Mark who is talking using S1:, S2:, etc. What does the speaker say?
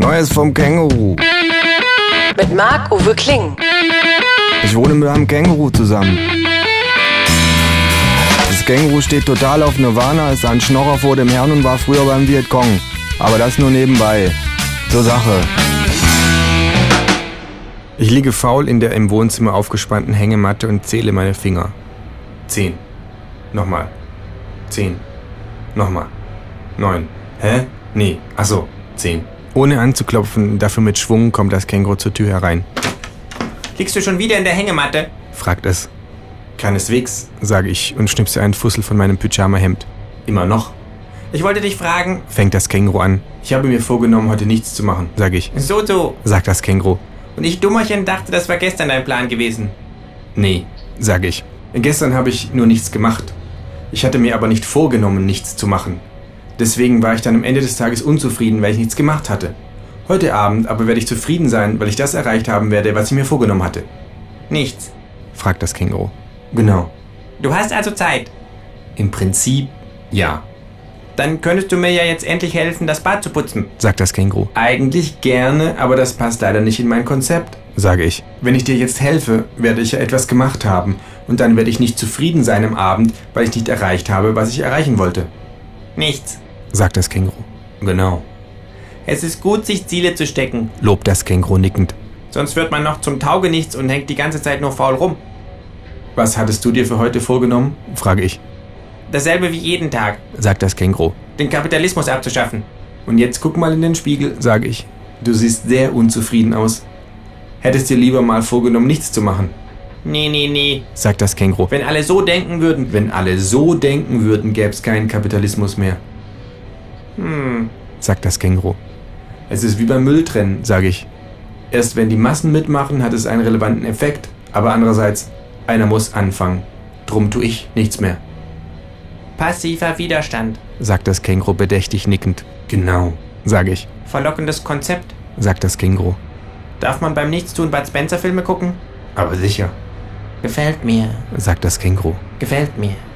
S1: Neues vom Känguru.
S2: Mit Marc-Uwe Kling.
S1: Ich wohne mit einem Känguru zusammen. Das Känguru steht total auf Nirvana, ist ein Schnorrer vor dem Herrn und war früher beim Vietcong. Aber das nur nebenbei. Zur Sache. Ich liege faul in der im Wohnzimmer aufgespannten Hängematte und zähle meine Finger. Zehn. Nochmal. Zehn. Nochmal. Neun. Hä? Nee. Achso. Zehn. Ohne anzuklopfen, dafür mit Schwung kommt das Känguru zur Tür herein.
S3: Liegst du schon wieder in der Hängematte?
S1: Fragt es.
S3: Keineswegs.
S1: Sage ich und schnipse einen Fussel von meinem Pyjama-Hemd.
S3: Immer noch. Ich wollte dich fragen.
S1: Fängt das Känguru an.
S3: Ich habe mir vorgenommen, heute nichts zu machen,
S1: sage ich.
S3: So, so.
S1: Sagt das Känguru.
S3: Und ich Dummerchen dachte, das war gestern dein Plan gewesen.
S1: Nee, sage ich. Gestern habe ich nur nichts gemacht. Ich hatte mir aber nicht vorgenommen, nichts zu machen. Deswegen war ich dann am Ende des Tages unzufrieden, weil ich nichts gemacht hatte. Heute Abend aber werde ich zufrieden sein, weil ich das erreicht haben werde, was ich mir vorgenommen hatte.
S3: Nichts.
S1: Fragt das Känguru. Genau.
S3: Du hast also Zeit.
S1: Im Prinzip ja.
S3: Dann könntest du mir ja jetzt endlich helfen, das Bad zu putzen.
S1: Sagt das Känguru.
S3: Eigentlich gerne, aber das passt leider nicht in mein Konzept,
S1: sage ich.
S3: Wenn ich dir jetzt helfe, werde ich ja etwas gemacht haben. Und dann werde ich nicht zufrieden sein am Abend, weil ich nicht erreicht habe, was ich erreichen wollte. Nichts,
S1: sagt das Känguru.
S3: Genau. Es ist gut, sich Ziele zu stecken,
S1: lobt das Känguru nickend.
S3: sonst wird man noch zum Taugenichts und hängt die ganze Zeit nur faul rum.
S1: Was hattest du dir für heute vorgenommen? frage ich.
S3: Dasselbe wie jeden Tag,
S1: Sagt das Känguru.
S3: den Kapitalismus abzuschaffen.
S1: Und jetzt guck mal in den Spiegel, sage ich. Du siehst sehr unzufrieden aus. Hättest dir lieber mal vorgenommen, nichts zu machen,
S3: Nee, nee, nee.
S1: sagt das Känguru.
S3: Wenn alle so denken würden,
S1: Wenn alle so denken würden, gäbe es keinen Kapitalismus mehr,
S3: hm,
S1: sagt das Känguru. Es ist wie beim Mülltrennen, sage ich. Erst wenn die Massen mitmachen, hat es einen relevanten Effekt. Aber andererseits, einer muss anfangen. Drum tu ich nichts mehr,
S3: passiver Widerstand.
S1: sagt das Känguru bedächtig nickend. Genau, sage ich,
S3: Verlockendes Konzept.
S1: sagt das Känguru.
S3: Darf man beim Nichtstun Bud Spencer Filme gucken?
S1: Aber sicher,
S3: Gefällt mir,
S1: sagt das Känguru.
S3: gefällt mir.